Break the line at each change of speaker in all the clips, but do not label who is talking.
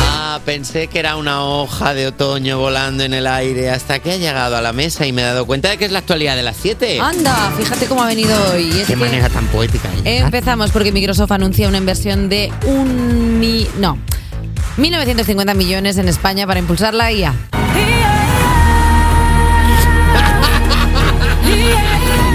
Ah, pensé que era una hoja de otoño volando en el aire hasta que ha llegado a la mesa y me he dado cuenta de que es la actualidad de las 7.
Anda, fíjate cómo ha venido hoy. Es
Qué
que
manera tan poética. ¿eh?
Empezamos porque Microsoft anuncia una inversión de un mi- no 1.950 millones en España para impulsar la IA.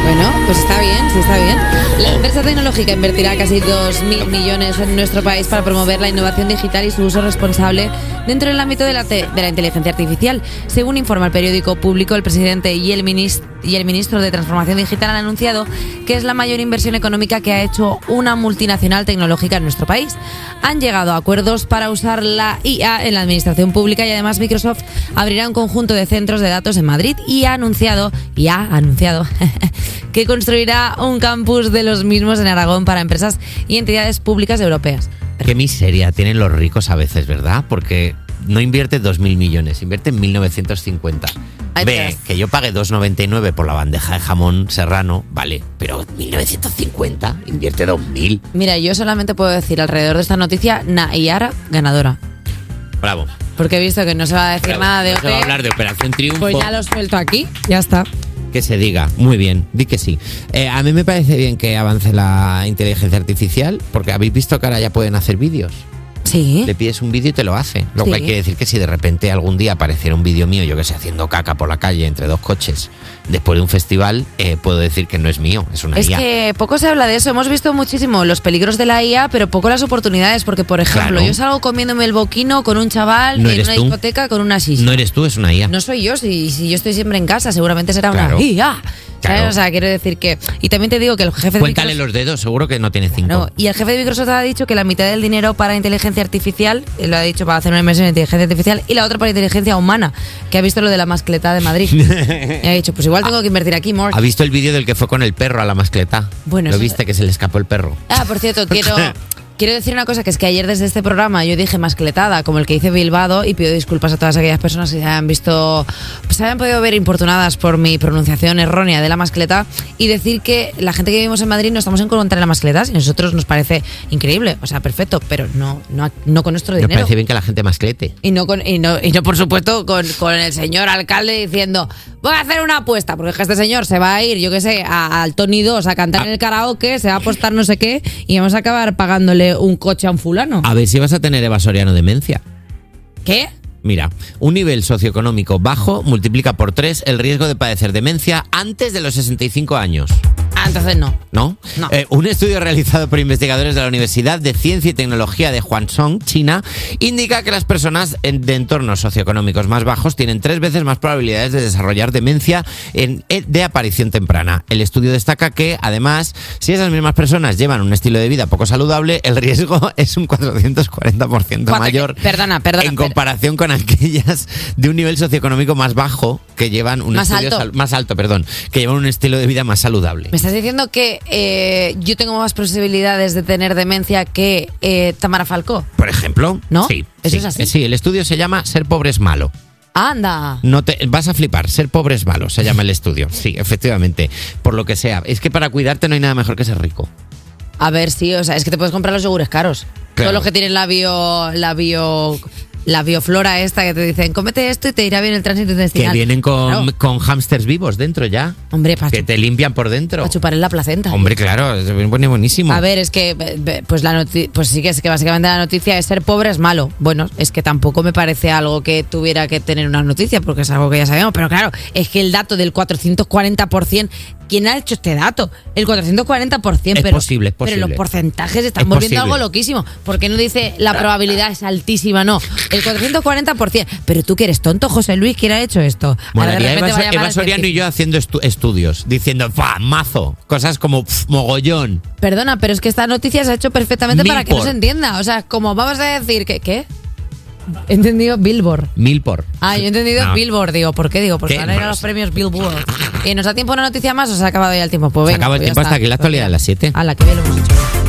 Bueno, pues está bien, sí está bien. La empresa tecnológica invertirá casi 2.000 millones en nuestro país para promover la innovación digital y su uso responsable dentro del ámbito de la, te- de la inteligencia artificial. Según informa el periódico público, el presidente y el, minis- y el ministro de Transformación Digital han anunciado que es la mayor inversión económica que ha hecho una multinacional tecnológica en nuestro país. Han llegado a acuerdos para usar la IA en la administración pública y además Microsoft abrirá un conjunto de centros de datos en Madrid y ha anunciado, y ha anunciado, que construirá un campus de los mismos en Aragón para empresas y entidades públicas europeas.
Qué miseria tienen los ricos a veces, ¿verdad? Porque no invierte 2.000 millones, invierte 1.950.
Ahí
Ve,
verás.
que yo pague 2,99 por la bandeja de jamón serrano, vale, pero 1.950 invierte 2.000.
Mira, yo solamente puedo decir alrededor de esta noticia, Nayara ganadora.
Bravo.
Porque he visto que no se va a decir
bravo.
nada de
No se va a hablar
OT,
de Operación Triunfo.
pues ya lo suelto aquí, ya está.
Que se diga, muy bien, di que sí. Eh, a mí me parece bien que avance la inteligencia artificial, porque habéis visto que ahora ya pueden hacer vídeos.
Sí.
Le pides un vídeo y te lo hace. Lo
¿Eh? Sí.
cual quiere decir que si de repente algún día apareciera un vídeo mío, yo que sé, haciendo caca por la calle entre dos coches, después de un festival, eh, puedo decir que no es mío, es una
Es
IA.
que poco se habla de eso. Hemos visto muchísimo los peligros de la IA, pero poco las oportunidades. Porque, por ejemplo,
Claro.
yo salgo comiéndome el boquino con un chaval
No
en
eres
una
tú.
discoteca con una shisha.
No
No,
eres tú, es una IA.
soy yo. Si, si yo estoy siempre en casa, seguramente será
Claro.
una IA. ¿sabes?
Claro.
O sea, quiero decir que. Y también te digo que el jefe de
Cuéntale
Microsoft-
los dedos, seguro que no tiene cinco.
No, y el jefe de Microsoft ha dicho que la mitad del dinero para inteligencia artificial, eh, lo ha dicho para hacer una inversión en inteligencia artificial, y la otra para inteligencia humana, que ha visto lo de la mascleta de Madrid. y ha dicho, pues igual tengo que invertir aquí, more.
¿Ha visto el vídeo del que fue con el perro a la mascleta?
Bueno,
¿Lo
eso-
viste que se le escapó el perro?
Ah, por cierto, quiero, quiero decir una cosa, que es que ayer desde este programa yo dije mascletada, como el que hice Bilbado, y pido disculpas a todas aquellas personas que se hayan visto, pues, se hayan podido ver importunadas por mi pronunciación errónea de la mascleta, y decir que la gente que vivimos en Madrid no estamos en contra de la mascleta, y a nosotros nos parece increíble, o sea, perfecto, pero no, no, no con nuestro
Nos
dinero.
parece bien que la gente masclete.
Y no, con, y, no, y no, por supuesto, con, con el señor alcalde diciendo, voy a hacer una apuesta, porque es que este señor se va a ir, yo qué sé, a- al Tony 2 a cantar en el karaoke, se va a apostar no sé qué, y vamos a acabar pagándole un coche a un fulano.
A ver si vas a tener evasoriano demencia.
¿Qué?
Mira, un nivel socioeconómico bajo multiplica por 3 el riesgo de padecer demencia antes de los 65 años.
Ah, entonces no.
¿No?
No.
Eh, un estudio realizado por investigadores de la Universidad de Ciencia y Tecnología de Huangsong, China, indica que las personas en- de entornos socioeconómicos más bajos tienen tres veces más probabilidades de desarrollar demencia en- eh, de aparición temprana. El estudio destaca que, además, si esas mismas personas llevan un estilo de vida poco saludable, el riesgo es un 440%
Cuatro-
mayor
Perdona, perdona.
en
per-
comparación con aquellas de un nivel socioeconómico más bajo que llevan un
Más
estilo
alto.
sal- más alto, perdón, que llevan un estilo de vida más saludable.
Me estás diciendo que eh, yo tengo más posibilidades de tener demencia que eh, Tamara Falcó.
Por ejemplo,
¿No?
Sí,
¿Eso
sí.
es así?
Sí, el estudio se llama Ser pobre es malo.
Anda.
No te vas a flipar, ser pobre es malo, se llama el estudio. Sí, efectivamente, por lo que sea. Es que para cuidarte no hay nada mejor que ser rico.
A ver, sí, o sea, es que te puedes comprar los yogures caros.
Claro.
Todos los que tienen la bio, la bio, la bioflora esta que te dicen, cómete esto y te irá bien el tránsito
Que
intestinal.
vienen con,
Claro.
con hámsters vivos dentro ya,
Hombre, para,
que te limpian por dentro.
chupar en la placenta.
Hombre, claro, es buen- buenísimo.
A ver, es que be- be- pues la noti- pues sí que es que básicamente la noticia es ser pobre es malo. Bueno, es que tampoco me parece algo que tuviera que tener una noticia porque es algo que ya sabemos, pero claro, es que el dato del 440%, ¿quién ha hecho este dato? El 440%,
Es
pero
posible, es
pero los
posible.
porcentajes están
Es
volviendo
posible.
algo loquísimo, porque no dice la probabilidad es altísima, no, el 440%, pero tú que eres tonto, José Luis, ¿quién ha hecho esto? Ahora de
Molaría
repente
Eva,
va a llamar
Eva
el
Soriano y
científico.
yo haciendo estu- estudios, diciendo, ¡fa! Mazo. Cosas como pf, mogollón.
Perdona, pero es que esta noticia se ha hecho perfectamente para que no
Milpor.
se entienda. O sea, como vamos a decir que. ¿Qué? He entendido Billboard.
Mil por.
Ah, yo he entendido
No,
Billboard, digo. ¿Por qué? Digo, porque
¿Qué?
van a ir a
Vamos.
los premios Billboard. ¿Y nos da tiempo una noticia más o se ha acabado ya el tiempo? Pues
Se
venga,
acaba el
pues ya
tiempo hasta
está.
aquí la actualidad de las 7.
A la que bien lo hemos hecho.